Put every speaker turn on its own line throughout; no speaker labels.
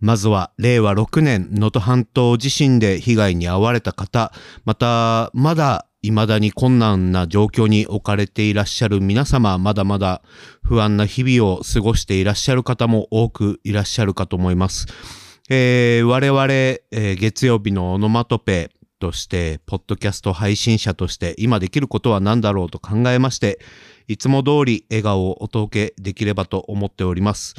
まずは令和6年能登半島地震で被害に遭われた方、またまだ未だに困難な状況に置かれていらっしゃる皆様、まだまだ不安な日々を過ごしていらっしゃる方も多くいらっしゃるかと思います。えー我々、えー月曜日のオノマトペとして、ポッドキャスト配信者として、今できることは何だろうと考えまして、いつも通り笑顔をお届けできればと思っております。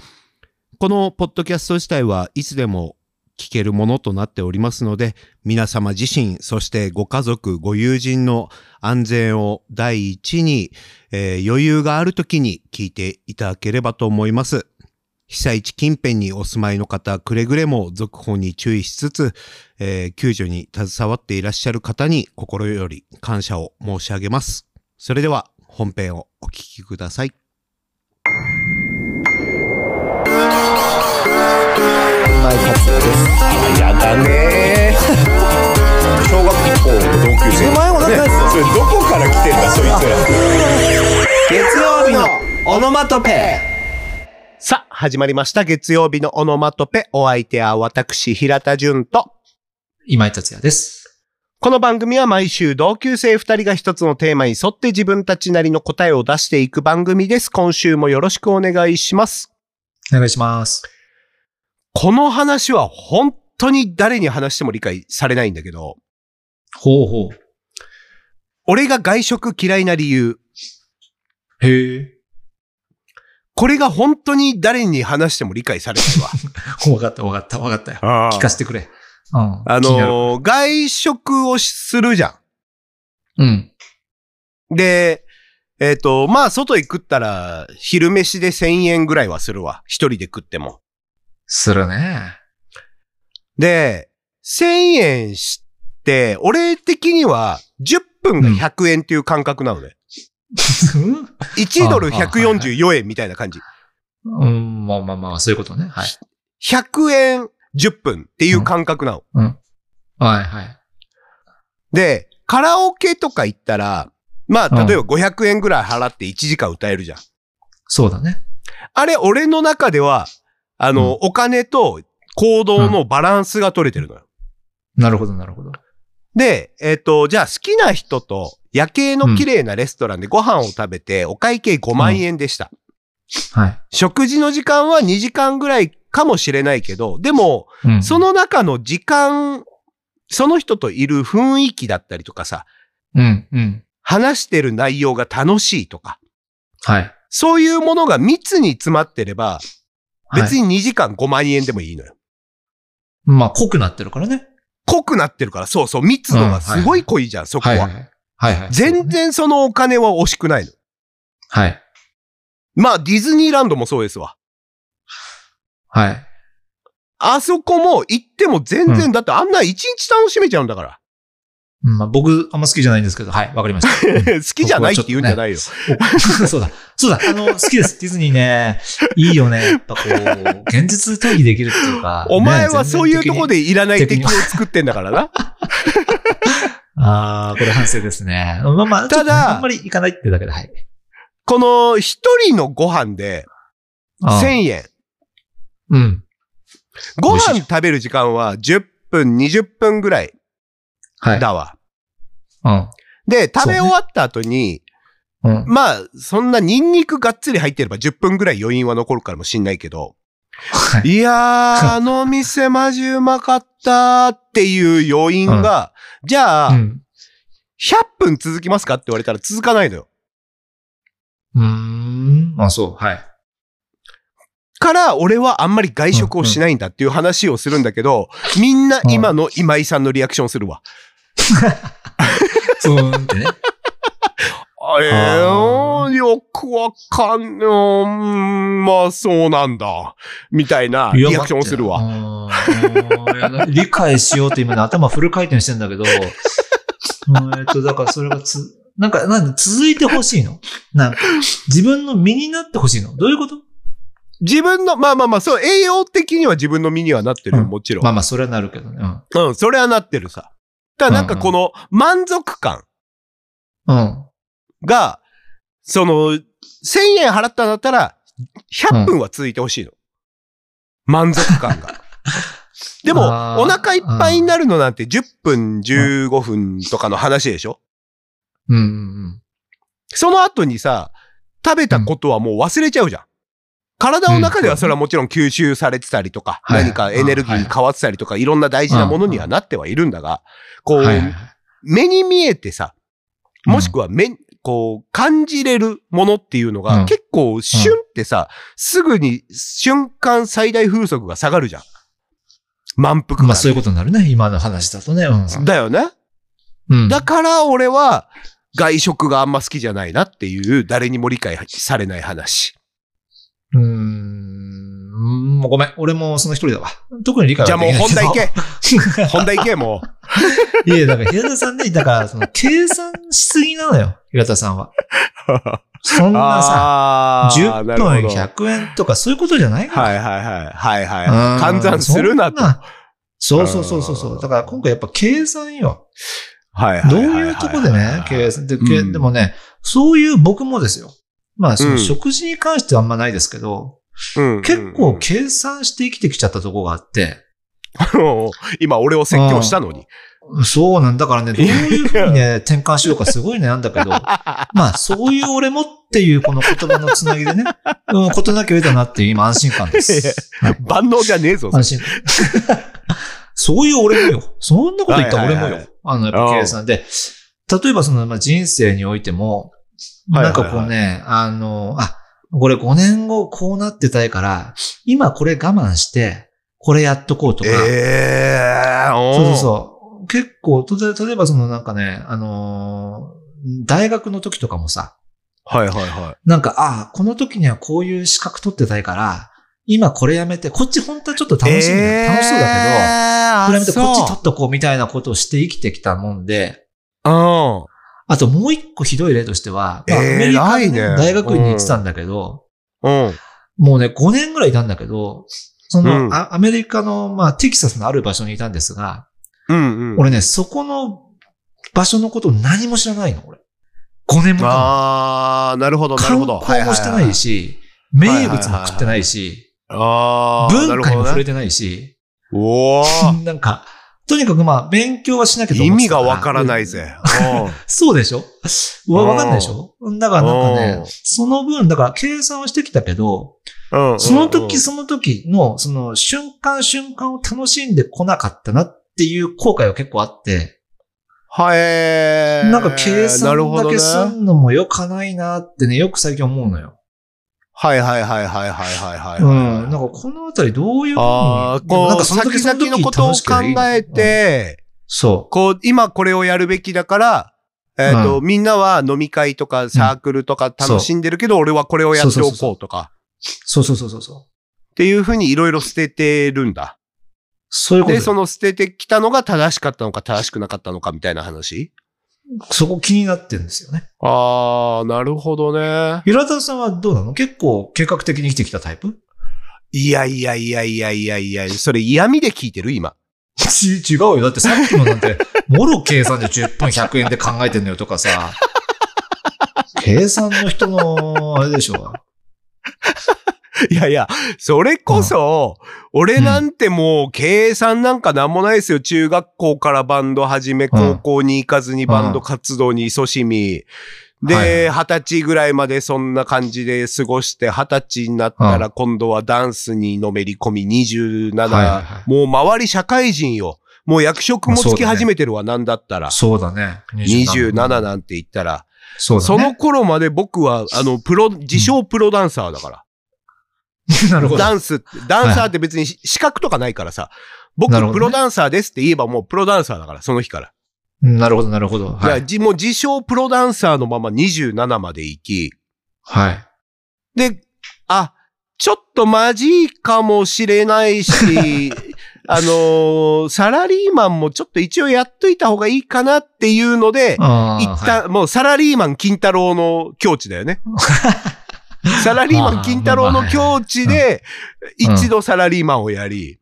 このポッドキャスト自体はいつでも聞けるものとなっておりますので、皆様自身、そしてご家族、ご友人の安全を第一に、えー余裕がある時に聞いていただければと思います。被災地近辺にお住まいの方、くれぐれも続報に注意しつつ、えー救助に携わっていらっしゃる方に心より感謝を申し上げます。それでは本編をお聞きください。
大活躍です。
やだねー小学校の同級生
お前も仲良い
ねそれどこから来てんだそいつら
月曜日のオノマトペ。
さあ、始まりました。月曜日のオノマトペ。お相手は私、平田純と。
今井達也です。
この番組は毎週同級生二人が一つのテーマに沿って自分たちなりの答えを出していく番組です。今週もよろしくお願いします。
お願いします。
この話は本当に誰に話しても理解されないんだけど、
ほうほう。
俺が外食嫌いな理由、
へえ。
これが本当に誰に話しても理解されないわ。
わかったわかったわかったよ。聞かせてくれ。うん。
あ
気になる
のー外食をするじゃ
うん。
ん。で、えっ、と、まあ、外へ食ったら、昼飯で1000円ぐらいはするわ。一人で食っても。
するね。
で、1000円して、俺的には、10分が100円っていう感覚なのね。1ドル
ああはいはい
144円みたいな感じ。
うん、まあまあまあ、そういうことね。はい。
100円10分っていう感覚なの。
はいはい。
で、カラオケとか行ったら、ま
う
あ、
ん
例えば500円ぐらい払って1時間歌えるじゃん。
そうだね。
あれ、俺の中では、あの、
うん
お金と行動のバランスが取れてるのよ。
なるほどなるほど。
で、えっ、と、じゃあ好きな人と夜景の綺麗なレストランでご飯を食べて、お会計5万円でした。
はい。
食事の時間は2時間ぐらいかもしれないけど、でも、
うん。
そ、の中の時間、その人といる雰囲気だったりとかさ、
うん、うん。
話してる内容が楽しいとか、
はい。
そういうものが密に詰まってれば、別に2時間5万円でもいいのよ。
まあ、濃くなってるからね。
濃くなってるから、そうそう、密度がすごい濃いじゃん、そこは。
はいはい。はいはい。
全然そのお金は惜しくないの。
はい。
まあ、ディズニーランドもそうですわ。
はい。
あそこも行っても全然、だってあんな一日楽しめちゃうんだから。
まあ、僕、あんま好きじゃないんですけど、はい、わかり ました。うん
好きじゃないって言うんじゃないよ。
お そうだ。そうだ。あの、好きです。ディズニーね。いいよね。やっぱこう、現実逃避できるっていうか。
お前はそういうとこ
で。
でいらない敵を作ってんだからな。
ああ、これ反省ですね。まあまあ、
ただ
ちょっとねあんまり行かないってだけで、はい。
この一人のご飯で
あ
1000
ー
円。
うん。
ご飯食べる時間は10分、20分ぐらい
はい。
だわ。
うん。
で、食べ終わった後に、
うん。
まあ、そんなニンニクがっつり入ってれば10分ぐらい余韻は残るからもしんないけど、
はい。
いやー、 あの店マジうまかったーっていう余韻が、じゃあ、
うん。
100分続きますかって言われたら続かないのよ。
うーん。あ、そう。はい。
から、俺はあんまり外食をしないんだっていう話をするんだけど、みんな今の今井さんのリアクションするわ。
そうーんってね。
え
あ
ー、よくわかんうーん、まあそうなんだ。みたいなリアクションをするわ。
わ。うんいや理解しようって今ね、頭フル回転してんだけど、 うんえっと、だからそれがつ、なんか、なんで続いてほしいのなんか、自分の身になってほしいのどういうこと
自分の、まあまあまあ、そう、栄養的には自分の身にはなってるよ、
うん
もちろん。
まあまあ、それはなるけどね。うん。
うん、それはなってるさ。ただなんかこの満足感
うん。
が、その、1000円払ったんだったら、100分は続いてほしいの。満足感が。 でも、
あー
お腹いっぱいになるのなんて10分、15分とかの話でしょ
うんうん
その後にさ、食べたことはもう忘れちゃうじゃん。体の中ではそれはもちろん吸収されてたりとか、
うん
何かエネルギーに変わってたりとか、いろんな大事なものにはなってはいるんだが、こ
う
う、
ん。はいはいはい。
目に見えてさ、
うん
もしくは目、こう、感じれるものっていうの
う
が、
ん
結構、シュンってさ、すぐに瞬間最大風速が下がるじゃん。満腹
まあ
が。
そういうことになるね。今の話だとね。う
だよね。
ん。うん、
だから俺は、外食があんま好きじゃないなっていう、誰にも理解されない話。
うーん。もうごめん。俺もその一人だわ。特に理解は
じゃあもう
できない
本
けど
題 行け本題行けも
いや、だから平田さんね、だからその計算しすぎなのよ。平田さんは。
う。
そんなさ、
あー
10
なるほ
分
ど
100円とかそういうことじゃないから
はいはいはい。はい
うん
はい。換算するなと。
そん
は
そうそうそうそうそうう。
ん
だから今回やっぱ計算よ。
いはいはい
どう
はい
いうとこでね、計算。で、け
うん
でもね、そういう僕もですよ。まあ、そうの
ん
食事に関してはあんまないですけど、
うん
結構計算して生きてきちゃったとこがあって、
もう今俺を説教したのに。
そうなんだからね、どういうふうにね、転換しようかすごい悩んだ けど、まあ、そういう俺もっていうこの言葉のつなぎでね、うん、ことなきを得たなっていう今安心感です。はい
万能じゃねえぞ。それ
安心感。そういう俺もよ。そんなこと言った俺
はいは
も
いはいは
よ。あの、やっぱ計算で、例えばその、まあ、人生においても、
はいは
ないん
はい
かこうね、あの、あ、これ5年後こうなってたいから、今これ我慢して、これやっとこうとか、
ええー、
そうそうそう。結構、とて例えばそのなんかね、あのー大学の時とかもさ、
う。はいはいは
なんか、ああ、この時にはこういう資格取ってたいから、今これやめて、こっち本当はちょっと
い。
楽しみだ、楽しそうだけど、これやめて
け
こっち取っとこうみたいなことをして生きてきたもんで、
こ
あともう一個ひどい例としては、まあ、ア
えー
メリカにね
偉いね
大学院に行ってたんだけど、
うん。うん。
もうね、5年ぐらいいたんだけど、その、
うん
あアメリカの、まあ、テキサスのある場所にいたんですが、
うんうん。
俺ね、そこの場所のことを何も知らないの、俺。5年もいた
ああ、なるほど、
の
なるほ
観
ど。
光もしてない。し、
いはいはい
名物も食ってないし、
ああ、な
文
る
化にも
ほど
触れ
ね。
てないし、
おお、
なんか、とにかくまあ、勉強はしなきゃと
意
思って
味
たか
がわからない
うん
ぜ。
そうでしょわ、わかんないでしょだからなんか
うん
ね、その分、だから計算はしてきたけど、
うん。
その時その時の、その瞬間瞬間を楽しんでこなかったなっていう後悔は結構あって、
はえー。
なんか計
な
算
るほ
だ
どね
けすんのも良かないなってね、よく最近思うのよ。
はいはいはいはいはいはいはい。
うん。なんかこのあたりどういうふうに
ああ、こ
なん
う、
かその時
先
その時
々のことを
楽しけれ
考
ばいいの
え、て、
そ
こう、今これをやるべきだから、えっ、と、
う
みんなは飲み会とかサークルとか楽しんでるけど、俺はこれをやって
そう
お
そうそう
こ
そう
とか、
う。そうそうそうそうそう。
っていうふうにいろいろ捨ててるんだ。
そういうこと
で、
よ
その捨ててきたのが正しかったのか正しくなかったのかみたいな話
そこ気になってるんですよね。
あー、なるほどね。
平田さんはどうなの結構計画的に生きてきたタイプ
いやいやいやいやいやいや、それ嫌味で聞いてる今。
ち違うよ。だってさっきのなんて、 もろ計算で10分100円で考えてんのよとかさ。計算の人の、あれでしょ
いやいや、それこそ、俺なんてもう計算なんかなんもないですよ。中学校からバンド始め、高校に行かずにバンド活動に勤しみ。
はい
で、二十歳ぐらいまでそんな感じで過ごして、二十歳になったら今度はダンスにのめり込み、
う。はいは
27。
いはい。
もう周り社会人よ。もう役職もつき始めてるわ、なんだったら。
そうだね。
27。なんて言ったら。
そうだね。
その頃まで僕は、あの、プロ、自称プロダンサーだから。
なるほど。
ダンスって、ダンサーって別にし資格とかないからさ、僕
なるほどね
プロダンサーですって言えばもうプロダンサーだから、その日から。
なるほど、なるほど。
い
は
や
い。
じもう自称プロダンサーのまま27まで行き、
はい。
で、あ、ちょっとマジかもしれない し、あのーサラリーマンもちょっと一応やっといた方がいいかなっていうので、
あー
一旦、もうサラリーマン金太郎の境地だよね。 サラリーマン金太郎の境地で、
まあ
一度サラリーマンをやり、
はい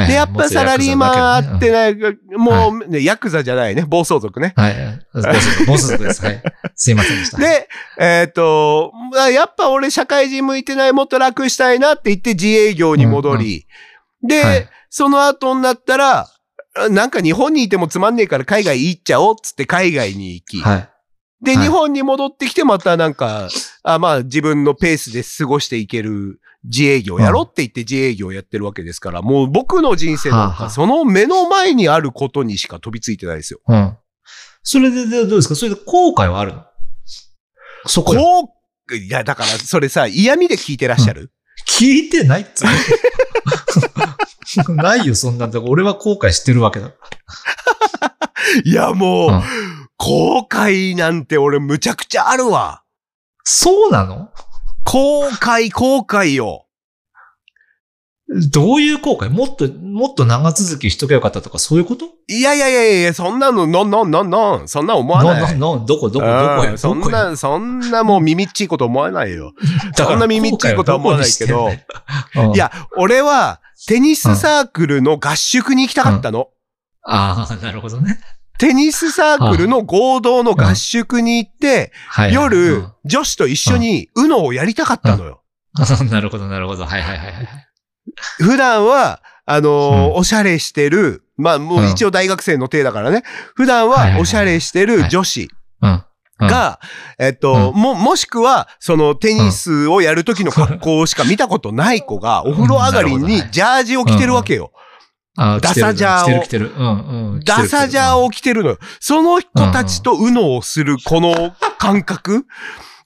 はい
で、やっぱサラリーマンあって。ない、もう、ね、ヤクザじゃないね、暴走族ね。
はい。もうボス族です。はい。すいませんでした。
で、えっ、と、まあやっぱ俺社会人向いてない、もっと楽したいなって言って自営業に戻り、で、
はい
その後になったら、あなんか日本にいてもつまんねえから海外行っちゃおうっつって海外に行き、
はい。
で、
はい
日本に戻ってきてまたなんか、あまあ自分のペースで過ごしていける自営業やろうって言って自営業やってるわけですから、もう僕の人生なん
はあは
か
あ
その目の前にあることにしか飛びついてないですよ。
うん。それで、でどうですかそれで後悔はあるのそこよ
こう、いやだからそれさ、嫌味で聞いてらっしゃる、
聞いてないっつうの ないよ、そんなんとこ。俺は後悔してるわけだ。
いやもう、
うん
後悔なんて俺むちゃくちゃあるわ。
そうなの
後悔、後悔よ。
どういう後悔もっと、もっと長続きしとけばよかったとか、そういうこと
いやいやいやいや、そんなの、のんのんのんのん、そんな思わ
な
ない。
ななどこどこどこ
う
よ
んそん
どこよ
な、そんなもう耳っちいこと思わないよ。
だから
そんな耳っちいことは思わないけど
後悔はこにしてんの
い、や、俺はテニスサークルの合宿に行きたかったの。
ああ、なるほどね。
テニスサークルの合同の合宿に行って、
はいはい。
夜、女子と一緒に UNO をやりたかったのよ。
うん なるほど、なるほど。はいはいはいはい。
普段は、あのー
うん
おしゃれしてる、まあもう一応大学生の体だからね、普段
はいはい
は
はい
おしゃれしてる女子
うん。うん、
が、えっと、も、もしくは、そのテニスをやる時の格好しか見たことない子が、お風呂上がり
うんなるほど
に
ね
ジャージを着てるわけよ。
あー
ダサジャーを
来てる来てる来てる。うんうん。来てる
ダサジャー。を着てるのよ。その人たちと UNO をするこの感覚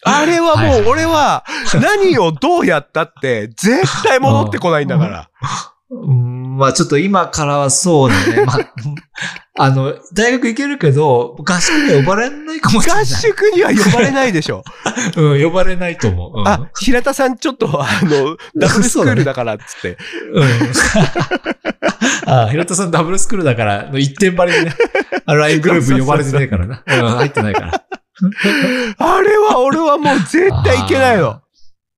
あれは
はい
も
は
う
いはい
俺は何をどうやったって絶対戻ってこないんだから。
うんまあちょっと今からはそうだ ね。まあ、あの、大学行けるけど、合宿には呼ばれないかもしれない。
合宿には呼ばれないでしょ。
うん、呼ばれないと思う。うん、
あ、平田さんちょっとあの、ダブルスクールだからっつって。
うん。 あ、平田さんダブルスクールだから、一点張りでね、あライングループ呼ばれてないからな。うん、入ってないから。
あれは俺はもう絶対いけないの
あ。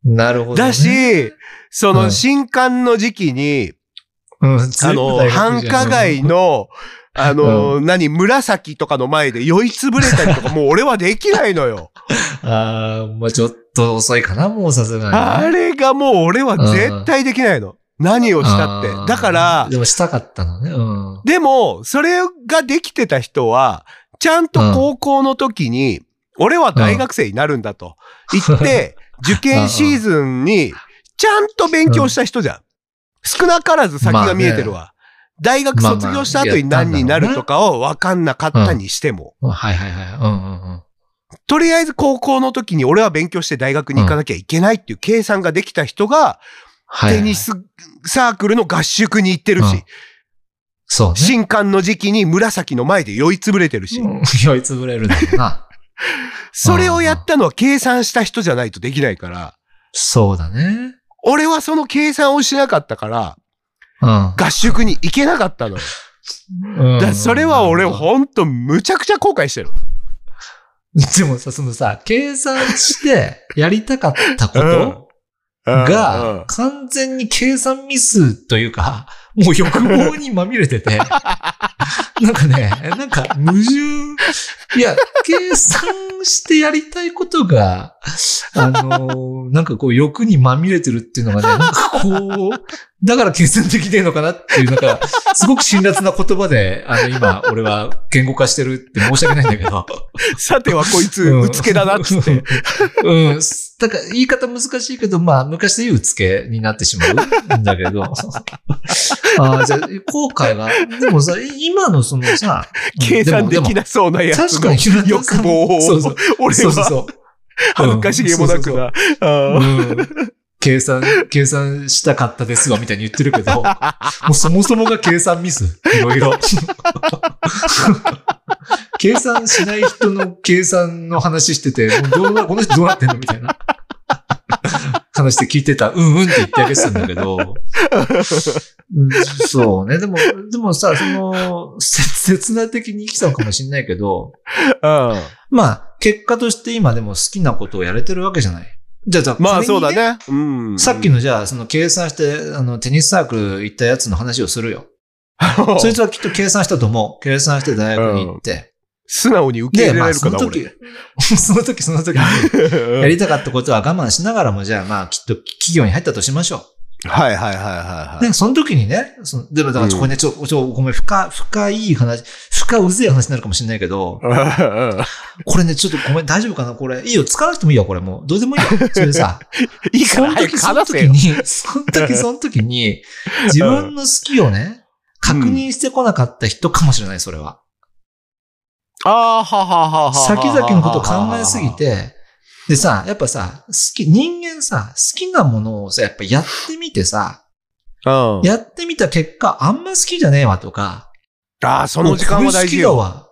ー。なるほど、ね。
だ、し、そうの
ん
新刊の時期に、
う
あ
ん、
の、繁華街の、あの、何、紫とかの前で酔いつぶれたりとか、もう俺はできないのよ。
ああ、まあちょっと遅いかな、もうさすがにね。
あれがもう俺は絶対できないの。何をしたって
あー。
だから、
でもしたかったのね。うん。
でも、それができてた人は、ちゃんと高校の時に、俺は大学生になるんだと言 って、受験シーズンに、ちゃんと勉強した人じゃん。少なからず先が見えてるわ。大学卒業した後に
まあまあ
何になるとかを分かんなかったにしても、
はいはいはい。うんうんうん。
とりあえず高校の時に俺は勉強して大学に行かなきゃいけないっていう計算ができた人が、
はい、
テニ。スサークルの合宿に行ってるし、
うんそうね。
新刊の時期に紫の前で酔いつぶれてるし、
うん酔いつぶれるだろうな。
それをやったのは計算した人じゃないとできないから、
そうだね。
俺はその計算をしなかったから、
うん。
合宿に行けなかったのよ。だからそれは俺
を
ほんとむちゃくちゃ後悔してる。
でもさ、そのさ、計算してやりたかったこ
うん
と
うんうん
が、完全に計算ミスというか、もう欲望にまみれてて、 なんかね、なんか矛盾、いや、計算してやりたいことが、あのーなんかこう欲にまみれてるっていうのがね、なんかこう、だから計算できねえのかなっていう、なんか、すごく辛辣な言葉で、あの、今、俺は言語化してるって申し訳ないんだけど、
さてはこいつ、
うん
うつけだなっつって。。
うん。だから、言い方難しいけど、まあ、昔で言ううつけになってしまうんだけ ど。ああ、じゃあ、後悔が。でもさ、今のそのさ、
計算でき
い。
なそうなやつ
確
の
かに平田さ
欲
ん、
望
そ
を
うそう、
俺
そうそう
は
そう。
恥ずかしげもなくな。あー
うん計算、計算したかったですわ、みたいに言ってるけど、 もうそもそもが計算ミス。いろいろ。計算しない人の計算の話してて、もうどうな、この人どうなってんのみたいな。話して聞いてた。うんうんって言ってあげてたんだけど。うんそうね。でも、でもさ、その、せ切な的に生きたのかもしれないけど、
うん
まあ、結果として今でも好きなことをやれてるわけじゃない。じゃあ、じゃ
まあ
仮に
そうだね。うん
さっきのじゃあ、その計算して、あの、テニスサークル行ったやつの話をするよ。そいつはきっと計算したと思う。計算して大学に行って。
素直に受け
で、
入れら
まあ、
れる
そ
か
の
な、
時、 その時、その時に、
俺。
やりたかったことは我慢しながらも、じゃあ、まあ、きっと企業に入ったとしましょ
はいはいはいはいはい。
で、その時にね、そのでもだからちょ、
うん
これね、ちょ、ちょ、ごめん、深、深い話、深うぜえ話になるかもしれないけど、これね、ちょっとごめん、大丈夫かなこれ、いいよ、使わなくてもいいよ、これもう。どうでもいいよ。それでさ、
いいか
そ
ら
の
早
時、
く
その
話
時
せよ。
に、その時、その時に、自分の好きをね、確認してこなかった人かもしれない、それは。
ああ、はははは。
先々のことを考えすぎ。て、でさ、やっぱさ、好き、人間さ、好きなものをさ、やっぱやってみてさ、
うん。
やってみた結果、あんま好きじゃねえわとか、
ああ、その時間は大事
もう
よ。
これ好きだわ。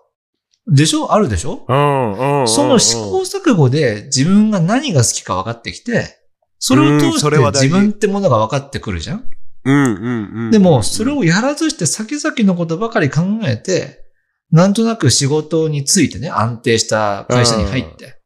でしょあるでしょ
うんうんうんうん。
その試行錯誤で自分が何が好きか分かってきて、それを通
うん
し
そ
て
れは大事
自分ってものが分かってくるじゃん
うんうんうん。
でも、それをやらずして先々のことばかり考えて、なんとなく仕事についてね、安定した会社に入って。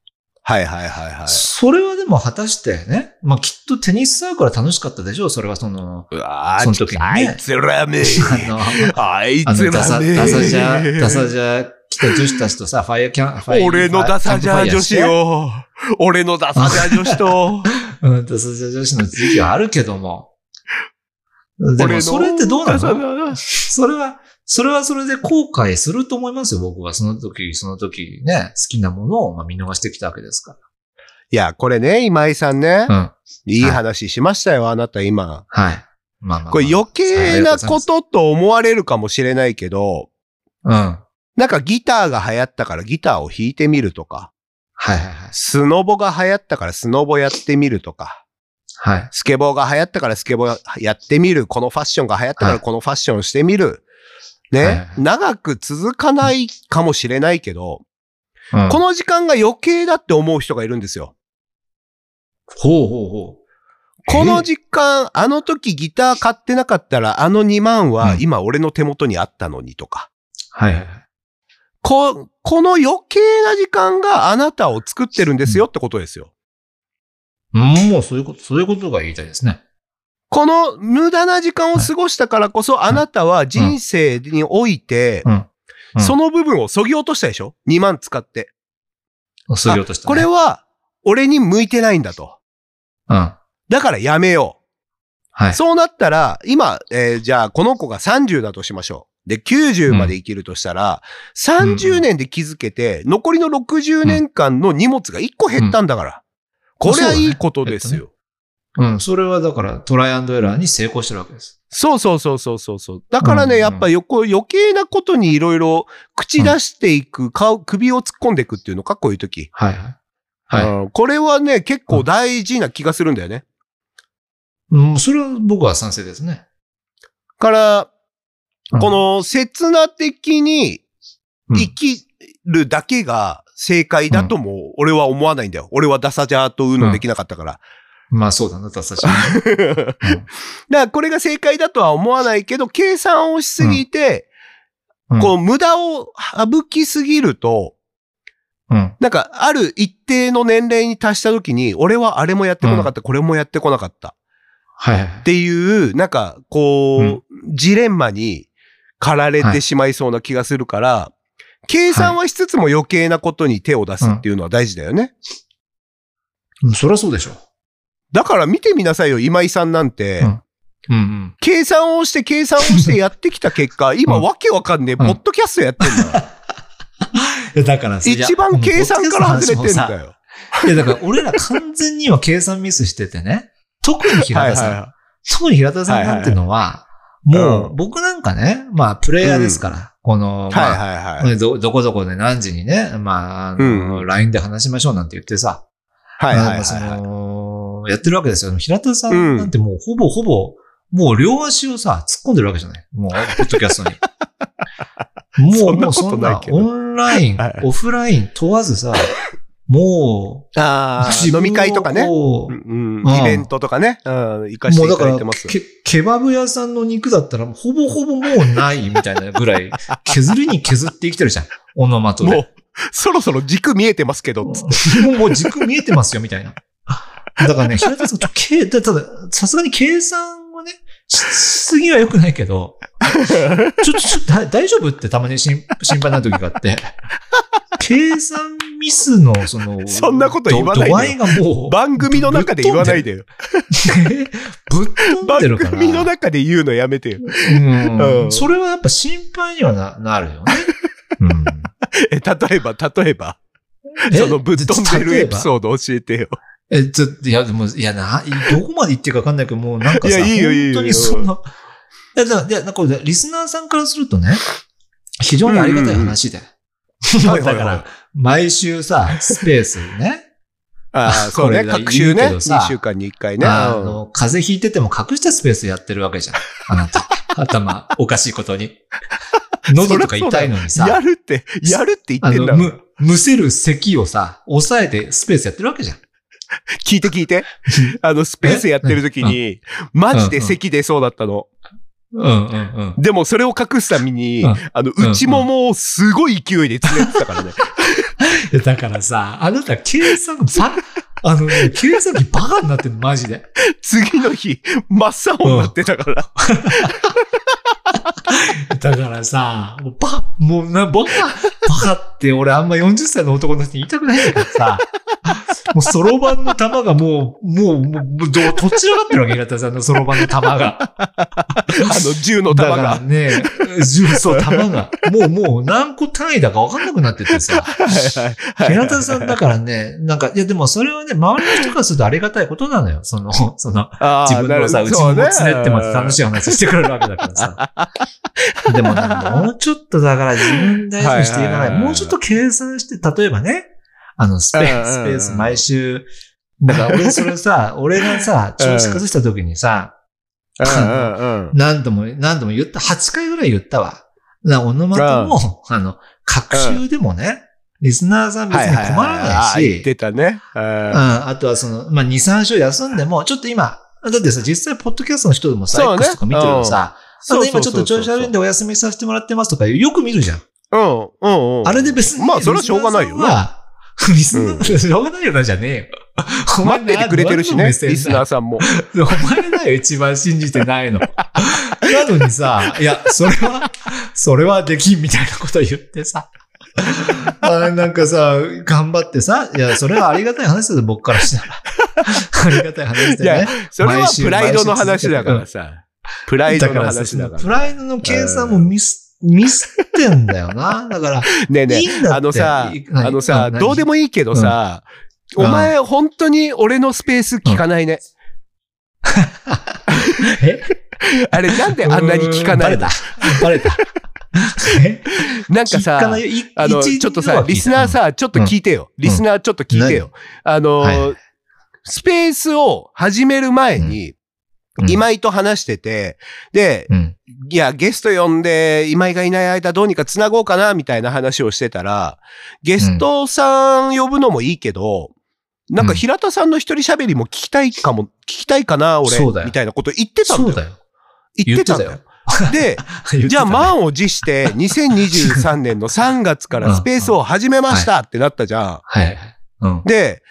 はいはいはいはい。
それはでも果たしてね、まあきっとテニスサークルは楽しかったでしょうそれはその、
うわー
その時にね
あいつらめ。
あの、
あい
あ
つ
の、ダ
ら
サ、
め。
ダサじゃ、ダサじゃ来た女子たちとさ、ファイアキャン、ファイ
俺のダサジャー女子。よ。俺のダサジャー女子と。
うん、ダサじゃ女子の時期はあるけども。 でも、それってどう
俺
な
ダサ
の
ジャー
それは、それはそれで後悔すると思いますよ、僕は。その時、その時ね、好きなものをまあ見逃してきたわけですか
いや、これね、今井さんね、
ら。うん。
いい話しましたよ、あなた今。
はい。まあまあまあ。
これ余計なことと思われるかもしれないけど、
うん。はい
なんかギターが流行ったからギターを弾いてみるとか、
はいはい。
スノボが流行ったからスノボやってみるとか、
はい。
スケボーが流行ったからスケボーやってみる、このファッションが流行ったか
は
ら
い
このファッションしてみる。
はいは
ね
い。
長く続かないかもしれないけど、
うん
この時間が余計だって思う人がいるんですよ。
ほうほうほう。
この
え
時間、あの時ギター買ってなかったら、あの2万は
うん
今俺の手元にあったのにとか。
はいはいはい。
こ、この余計な時間があなたを作ってるんですよってことですよ。
うんもうそういうこと、そういうことが言いたいですね。
この無駄な時間を過ごしたからこそ、あなたは人生において
うんう、ん
その部分を削ぎ落としたでしょ ?2 万使って。
削ぎ落とした、ね。
これ
を。
は、俺に向いてないんだと。
うん。は
だからやめよ。。
いう
そうなったら、今、えーじゃあ、この子が30だとしましょう。で、90まで生きるとしたら、30年で気づけて、残りの60年間の荷物が1個減ったんだから。これはいいことですよ。
うん。それはだから、トライアンドエラーに成功してるわけです。
そうそうそうそうそうそう。だからね、
うんうん
やっぱよこ余計なことにいろいろ口出していく、顔、首を突っ込んでいくっていうのか、こういう時。
はいはい。はい。
うんこれはね、結構大事な気がするんだよね。
うん、それは僕は賛成ですね。
から、
うん
こ、の、刹那的に
うん
生きるだけが正解だとも、俺は思わないんだよ。俺はダサジャーとうのできなかったから。
まあそうだな、確かに。
だから、これが正解だとは思わないけど、計算をしすぎて、
うん
こう、無駄を省きすぎると、
うん。
なんか、ある一定の年齢に達した時に、俺はあれもやってこなかった、これもやってこなかった。
はいはい
っていう、なんか、こう、
うん
ジレンマに駆られ
は
て
い
しまいそうな気がするから、計算はしつつも余計なことに手を出すっていうのは大事だよね。
うん。そりゃそうでしょ。
だから見てみなさいよ、今井さんなんて。
うんうんうん。
計算をして、計算をしてやってきた結果、今、わけわかんねえ、ポ
うん
ッドキャストやってんだ よ。
だからさ
一番計算から外れてんだ。よ。
いや、だから俺ら完全には計算ミスしててね。特に平
はい
田
は
さん。
いは
特に平田さんなんてのは、
いはい
も
う
うん僕なんかね、まあプレイヤーですから、この、
い。
まあ、
はいはいはい。
ど、どこどこで何時にね、まあ、あ
う
の、
ん
LINE で話しましょうなんて言ってさ、
はいはい
まあ
はい
そ
はい。
の、やってるわけですよ。平田さんなんてもうほぼほぼ、もう両足をさ、突っ込んでるわけじゃないもう、ポッドキャストに。も
そ
うん
な
も
こと
うそん
な
ない
けど
オンライン
はい、
オフライン問わずさ、もう
ああ、
自分
飲み
を
会とかね。
こう
うん、
うん
イベントとかね、うん、行かせ
も
て
う
いた
だか
だい
ら
てます。
ケ、ケバブ屋さんの肉だったら、ほぼほぼもうないみたいなぐらい、削りに削って生きてるじゃん。オノマトで。
もう、そろそろ軸見えてますけど、つって
もうもう軸見えてますよ、みたいな。 だからね、平田さん、ちょけただ、さすがに計算をね、ししすぎは良くない け ど、ちょっと、ちょっと、だ大丈夫ってたまに心心配な時があって。計算ミスの、その、
そんなこと言わないで
度合いがもう、
番組の中で言わないでよ。
えぶっ飛ん
番
でるから。
組の中で言うのやめてよ。
うん
うん
それはやっぱ心配にはななるよね。 うん、
え、例えば、例えば、そのぶっ飛んでるエピ
ード。
ソード教えてよ。
え、ちょっと、いや、でも、いや、な、どこまで言ってるかわかんないけど、もうなんかさ、
いやいいよいいよ
本当にその、いや、だからいや、なんか、リスナーさんからするとね、非常にありがたい話で。もう だ
はい
か
はい
ら、毎週さ、スペースね、
ああ、そうね。
これが
各週ね。
言うけどさ
2週間に1回ね。
あ
うん
の、風邪ひいてても隠したスペースやってるわけじゃん。あなた。 頭、おかしいこと に。喉とか痛いのにさ。
やるって、やるって言
あ
ってん
の、
だろ。
む、むせる咳をさ、抑えてスペースやってるわけじゃん。
聞いて聞いて。あの、スペースやってる時に、マジで咳出そうだったの。
うんうんうん。
でも、それを隠すために、
うん
あの、内ももをすごい勢いで詰めてたからね。
いやだからさ、あなた計算バあのね、計算機バカになってんの、マジで。
次の日、真っ青になってたから。
だからさ、もうバ、もうな、バカ、バカって俺あんま40歳の男の人に言いたくないんだけどさ、もうそろばんの玉がもう、もう、もう、もうどうとっちらかってるわけ、平田さんのそろばんの玉が。
あの、銃の
だ
弾
から
が。
ね、重曹玉が、もうもう何個単位だか分かんなくなっててさ。平田さんだからね、なんか、いやでもそれはね、周りの人からするとありがたいことなのよ。その、その、
あー
自分のさ、
な
う
る
ち
そ
も
うね
もつねってまで楽しい話してくれるわけだからさ。 でもね、もうちょっとだから自分大事にしてい
は
かない
はい
い。
はい
もうちょっと計算して、例えばね、あの、スペ
うん
ー
うん
ス、
う
ス
ん
ペース毎週、だから俺それ さ、俺がさ、調子崩した時にさ、
うんうんうん。
何度も、何度も言った、8回ぐらい言ったわ。な、オノマトも、あの、各週でもね、リスナーさん別に困らな
あー
い
言っ
し、
てたね。うん
うん、あとはその、まあ、2、3週休んでも、ちょっと今、だってさ、実際、ポッドキャストの人でもさ、
そうね
X とか見てるとさ、あ
そう
の
そうそ
今
う
ち
そ
ょ
う
っと調子悪いんでお休みさせてもらってますとか、よく見るじゃん。
うん、うん、うん。
あれで別に。
まあ、それはしょうがないよ
リスナー
な。
さんは。 リスナー、しょうがないよな、じゃねえよ。お前
待っててくれてるしね、リ
何の目線だよ
スナーさんも。
お前だよ、一番信じてない の。なのにさ、いや、それは、それはできんみたいなこと言ってさ。あなんかさ、頑張ってさ、いや、それはありがたい話だよ、僕からしたら。ありがたい話
い
だ
や
よね。
それは
毎週
プライドの話だからさ。プライド
だか
の
らさ、
話
そ
だ
の
か
プ
ら。
ライドの計算もミス、ミスってんだよな。だから、
ねえね
いいんだって
え、あのさ
い、何
あのさ、
うん何
どうでもいいけどさ、
うん
お前本当に俺のスペース聞かないね。
え
あれなんであんなに聞かないの
バレた。バレた。え
なんか
聞かな
さ
い、よい
あの、
一
ちょっと
のは
さ
聞い、た
リスナーさ、ちょっと聞いてよ。リスナーちょっと聞いてよ。あ
は
の、スペースを始める前に、
うん
今井と話してて、で、
うん。
いや、ゲスト呼んで、今井がいない間どうにか繋ごうかな、みたいな話をしてたら、ゲストさん呼ぶのもいいけど、なんか平田さんの一人喋りも聞きたいかも、聞きたいかな、俺
そうだ、よ
みたいなこと言ってたん
そう
だよ。
だよ。
言ってたんだよ。 で、
言ってたね
じゃあ満を持して、2023年の3月からスペースを始めましたってなったじゃん。
はい。うん。
で、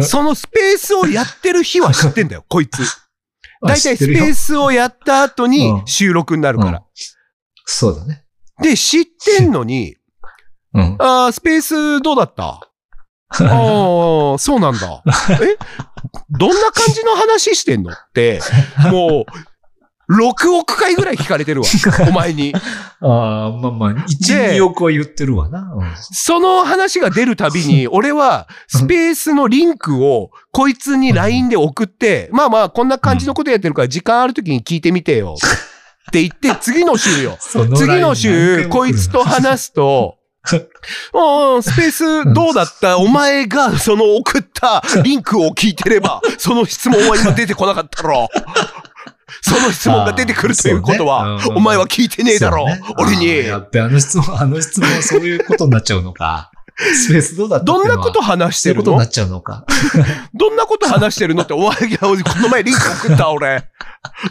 そのスペースをやってる日は知ってんだ よ、こいつ。だいたいスペー
ス。
スをやった後に
うん
収録になるから。
そうだね。
で、知ってんのに、
うん。
あースペースどうだったああ、そうなんだ。えどんな感じの話してんのって、もう、6億回ぐらい聞かれてる わ。お前に。
ああ、まあまあ、一、
で
二億は言ってるわな。うん
その話が出るたびに、俺は、スペースのリンクを、こいつに LINE で送って、まあまあ、こんな感じのことやってるから、時間ある時に聞いてみてよ。って言って、次の週よ。
その
次の
ライ
週、
ン何回も
こ
来る
いつと話すと、うん、スペースどうだったお前がその送ったリンクを聞いてれば、その質問は今出てこなかったろ。その質問が出てくるということ
あー
は
そうねう、ん
お前は聞いてねえだろ
そうね。
俺
あー
に
や。っべ、あの質問、あ の質問はそういうことになっちゃうの か。スペースどうだった
どんなこと
し
話してて
る
る
ことに
の
なっちゃうのか。
どんなこと話してるのって、お前がこの前リンク送った俺。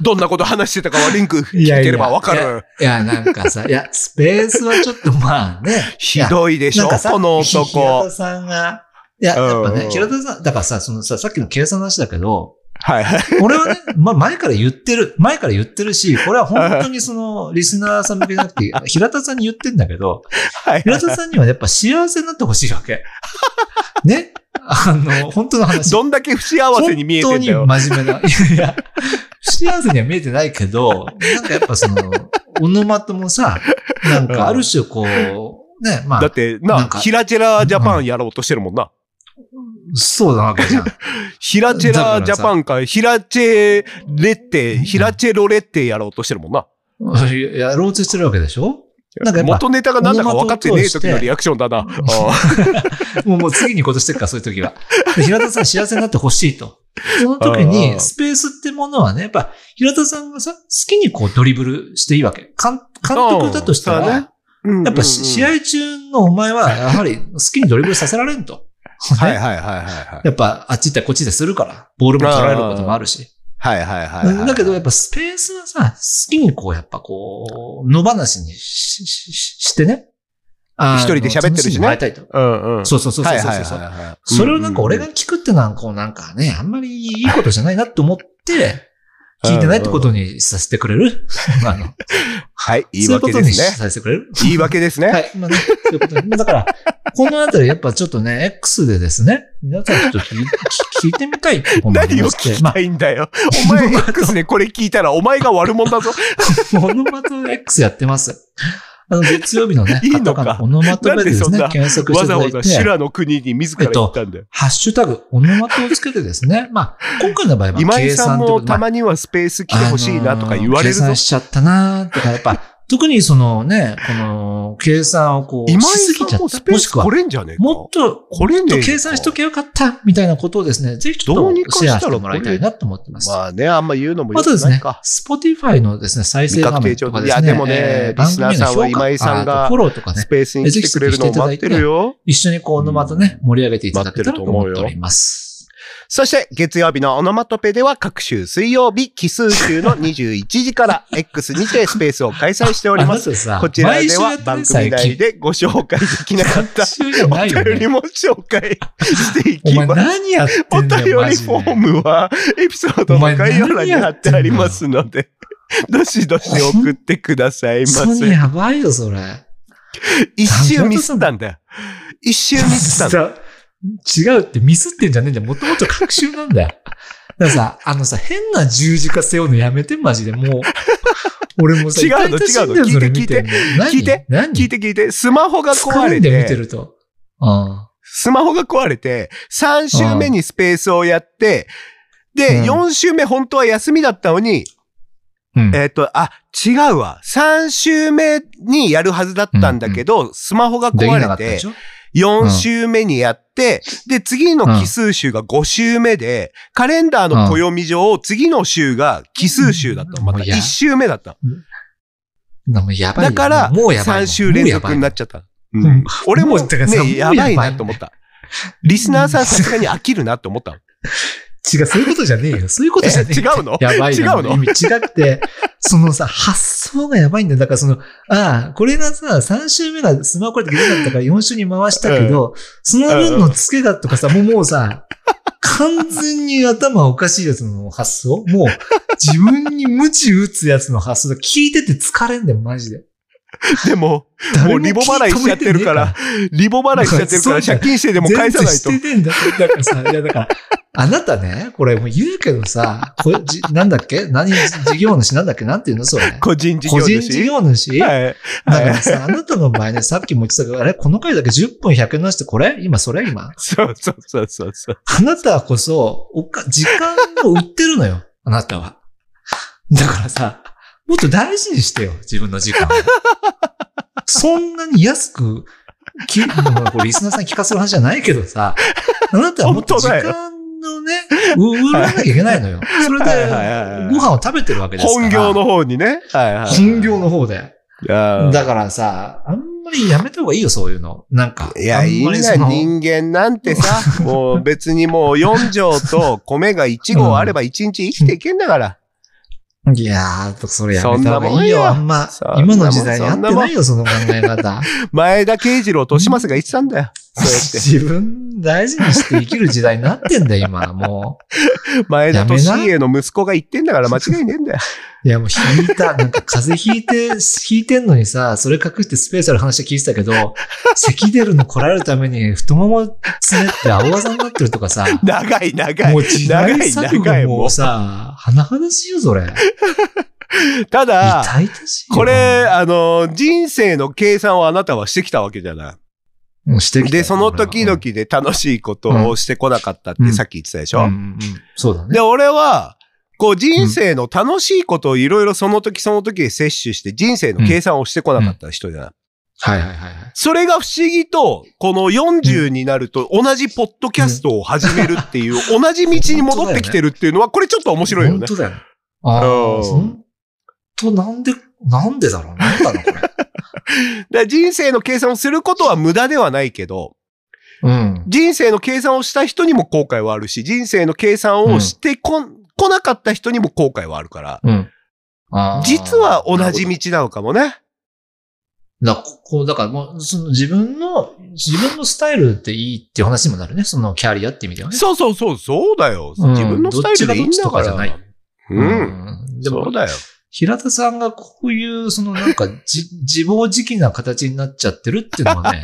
どんなこと話してたかはリンク聞いてればわか
いやい
る。
いや、なんかさ、いや、スペースはちょっとまあね。
ひどいでし
な
ょ
んかさ
この
ひ平
男
田。さんが、いや、やっぱ
う
ね、
ん
平田さん、だからさ、そのさ、さっきの計算の話だけど、
はいはい。
俺はね、ま、前から言ってる、前から言ってるし、これは本当にそ の、リスナーさん向けじゃなくて、平田さんに言ってんだけど、
はい
平田さんにはやっぱ幸せになってほしいわ け。ねあの、本当の話。
どんだけ不幸せに見えてんだよ。
本当に真面目な。いやいや、不幸せには見えてないけど、なんかやっぱその、オノマトもさ、なんかある種こう、ね、ま
だっ
あ、
て、
な
な、
んか
ヒラチェラジャパンやろうとしてるもんな。
そうなわけじゃん。
ヒラチェラジャパンか、ヒラチェレッテ、ヒラチェロレッテやろうとしてるもんな。
やろうとしてるわけでしょなんかやっぱ
元ネタが何だか分かってねえ時のリアクションだな。あ
もうもう次にことしてるから、そういう 時は。で平田さん幸せになってほしいと。その時
あ
に、
ー
スペースってものはね、やっぱ、平田さんがさ、好きにこうドリブルしていいわけ。監監督だとした
うんそうだね
ら、やっぱし試
合
合中のお前は、やはり好きにドリブルさせられんと。
はい
ね
はいはいはい
やっぱ、あっち行ったりこっちでするから、ボールも取られることもあるし。
はい。はいはいはいはい。
だけど、やっぱスペースはさ、好きにこう、やっぱこう、野放しにししししてね。あの
一人で喋ってるしね
楽みもらいたいと。
うんうん。
そうそうそうそうそうそう。それをなんか俺が聞くってなんか、こうなんかね、あんまりいいことじゃないなと思って、聞いてないってことにさせてくれるあの、
はい、 言い
そういうこ
訳
と
で
に
すね。
させてくれる
言い訳ですね。
はい。まあね、そういうことにまあだから、このあたりやっぱちょっとね、X でですね、皆さんちょっと聞い聞いてみたいってこと
何を聞き
ま
たいんだよ。お前 X ね、これ聞いたらお前が悪者だぞ。
あ、オノマト X やってます。あの、月曜日のね、
いいのか
カタカナオノマトペでですね
なん、
検索
わ
していた
ざ
だ
わ
いて
ざ。修羅の国に自ら行ったんだよ。
ハッシュタグ、オノマトをつけてですね。まあ、今回の場合は、
今井
計
さん
算ってこ
も
とま
た
あ
まにはスペース来てほしいなとか言われる
あのー計
ぞ
算。しちゃったなーとか、やっぱ、 特にそのね、この、計算をこう、
今井
しすぎち
さ
ゃっ
んもス
た。
ペー
もし
ス
くは
来、れんじゃねえか。
もっと、
これね
もっと計算しとけよかった、みたいなことをですね、ぜひち
ど
ょ
う
っ
にか
と
した
シェ
ら
アしてもらいたいなと思ってます。
まあね、あんま言うのも
あ
よ
と
く
です
ない
ね
か、。
Spotify のですね、再生画面とかで
未確定帳いや
すね。
でもね
えー番組
リスナーさんは
への評価
今井さんが
あとフォローとかね
ス、ペースに来てくれるのを待ってるよ。
一緒にこう、沼とね、盛り上げていただけたらと思っております。
そして、月曜日のオノマトペでは、各週水曜日、奇数週の21時から X にてスペースを開催しております。
あなたさ
こちら
毎
で
週や
は
って
番
ね
組内 でご紹介できなかった
最近週じゃ ないよ
お便り
ね。
も紹介してい
お
き
前
ます。
何やって
お
ん
便り
だよ、マジ
フォー
で。
ムはエピソードの概要欄に貼ってありますので、どしどし送ってくださいま
本当に
せ。
やばいよ、それ。
一周ミスったんだよ。一周ミス ったんだよ。
さ違うってミスってんじゃねえんだよ。もともと学習なんだよ。だからさ、あのさ、変な十字架背負うのやめて、マジで。もう、俺もさ、
違うの
痛々しいんだ
違うの
よ
聞いて
それ見んの何
聞いて
何
聞いて聞いて、スマホが壊れ
んで見て
て、
ると。うん。
スマホが壊れて、3週目にスペースをやって、で、
うん
4週目本当は休みだったのに、
うん。
えっ、と、あ、違うわ。3週目にやるはずだったんだけど、スマホが
できな
壊
かっ
れ
たで
て
し、ょ
4週目にやって、で、次の奇数週が5週目で、カレンダーの暦上、次の週が奇数週だったの。ま
も
た
うや
1週目だった
なもうやば
の。
いよ
だから、
もうやばい。
3週連続になっちゃった。う
うんん、
俺も
もうだからさもう
ね、や
やば
ば
い
いなと思った。リスナーさんさすがに飽きるなって思ったの。
違う、そういうことじゃねえよ。そういうことじゃねえ
え違うの
やばいな
違うの
意味違くて、そのさ、発想がやばいんだよ。だからその、ああ、これがさ、3週目がスマホこれできなかったから4週に回したけど、その分の付けがとかさ、もうもうさ、完全に頭おかしいやつの発想もう、自分に無知打つやつの発想だ。聞いてて疲れんだよ、マジで。
でも、もうリボ払いしちゃってるから、リボ払いしちゃってるから、借金してでも返さないと。
全然してねえんだよだからさ、いやだから、あなたね、これもう言うけどさ、これじなんだっけ何事業主なんだっけなんていうのそれ。
個人事業
個人
主
事業主、
はい。
だからさ、あなたの場合ね、さっきも言ってたけど、あれこの回だけ10分100円のしてこれ今それ今。
そうそうそうそうそう。
あなたこそ、おか、時間を売ってるのよ。あなたは。だからさ、もっと大事にしてよ、自分の時間を。そんなに安く、き、もうこれリスナーさんに聞かせる話じゃないけどさ、あなたはもっと時間のね、う売らなきゃいけないのよ。それで
はいはいはいはい、
ご飯を食べてるわけですから。
本業の方にね。はいはい。
本業の方で。
いや
だからさ、あんまりやめた方がいいよ、そういうの。なんか。
いや、
あ
いい
ん
ん
まり
だ
そ
よ
の
人間なんて さ、もう別にもう4錠と米が1合あれば1日生きていけんだから。
いやー、それやめた方がいい
そんなもん
よ。
や
あんま
そんな、もん
今の時代に合ってないよ、その考え方。
前田慶次郎としますが言ってたんだよ。そう
自分大事にして生きる時代になってんだよ、今。も
やって。前田利家の息子が言ってんだから間違いねえんだよ。
う。いや、もう引いた。なんか風邪ひいて、引いてんのにさ、それ隠してスペースある話聞いてたけど、咳出るの来られるために太ももつねって青技になってるとかさ、
長い長い
もう。時代
長い
錯
長い
誤
も
もさ、甚だしいよ、それ。
う。ただ、
痛々しいよ。
これ、あの、人生の計算をあなたはしてきたわけじゃない。
うん、してきた
で、その時々で楽しいことをしてこなかったっ
う
て
ん
さっき言ってたでし
うん
ょ
うんうんそうだね。
で、俺は、こう人生の楽しいことをいろいろその時その時で摂取して人生の計算をしてこなかった人じゃない。
はいはいはいはい。
それが不思議と、この40になると同じポッドキャストを始めるっていう、同じ道に戻ってきてるっていうのは、これちょっと面白いよね
本。当だよね。あ
うん
あ、ほんと、なんで、なんでだろうなんだろう、これ。
だから人生の計算をすることは無駄ではないけど、
うん。
人生の計算をした人にも後悔はあるし、人生の計算をしてこ,、こなかった人にも後悔はあるから、
うん。あー
実は同じ。道なのかもね。
なるほどだここ、だからもう、その自分の、自分のスタイルっていいっていう話にもなるね。そのキャリアって意味ではね。
そうそうそう、そうだよ。
うん
自分のスタイルでいいんだから。
どっちがどっちとか
うん。
うん
で
で
もそ
も
う、だよ。
平田さんがこういう、そのなんか、 じ、自暴自棄な形になっちゃってるっていうのはね、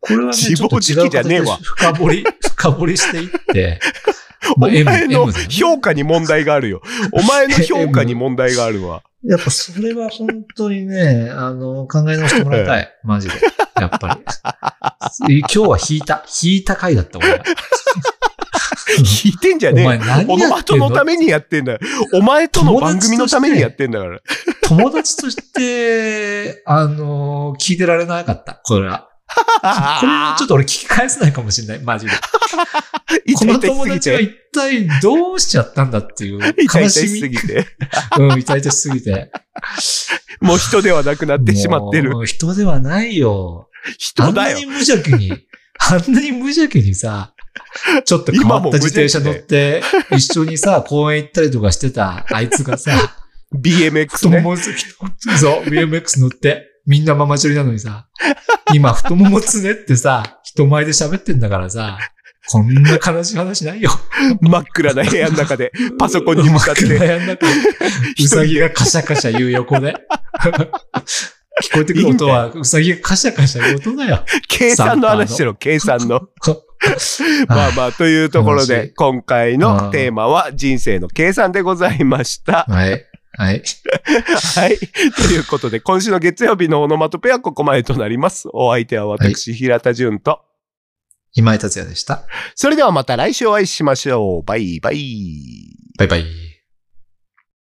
これはね、
自
ちょ
暴
っと
自
違
棄
う
じゃ
形
ねえ
で
わ
深掘 り、深掘りしていって、
お
まあ M-
前の
M だよね
評価に問題があるよ。お前の評価に問題があるわ。
やっぱそれは本当にね、あの、考え直してもらいたい。マジで。やっぱり。今日は引いた。引いた回だった、俺は。
引いてんじゃ
お
ねえよ
前。何
オノ
や
マ
って
ト
んの
のためにやってんだよ。お前との番組のためにやってんだから。
友達として、あの、聞いてられなかった。これは。これはちょっと俺聞き返せないかもしれない。マジで。
イ
こ
チャ
の
イチャし
友
すぎ
達は
て。
一体どうしちゃったんだっていう
イチャイ
悲
チャし
し
す
み。
ぎて。
うん、イタイタしすぎて。
もう人ではなくなってしまってる。
もう人ではないよ。あ
人
ん
だ
な
よ
に。無邪気に、あんなに無邪気にさ、ちょっと変わった自転車乗って、一緒にさ、公園行ったりとかしてた、あいつがさ、太
BMX
も
ね。
もつ、そう、BMX 乗って、みんなママチャリなのにさ、今太ももつねってさ、人前で喋ってんだからさ、こんな悲しい話ないよ。
真っ暗な部屋の中で、パソコンに向かって
真暗な部屋の中で うさぎがカシャカシャ言う横で。 聞こえてくる音は、うさぎがカシャカシャ言う音だよ。
計算の話しろ、計算 の。まあまあ、というところ
楽
で
し、い
今回のテーマは人生の計算でございま した。
はい。はい。
はい。ということで、今週の月曜日のオノマトペはここまでとなります。お相手は私、平田純と。
今井達也でした。
それではまた来週お会いしましょう。バイバイ。
バイバイ。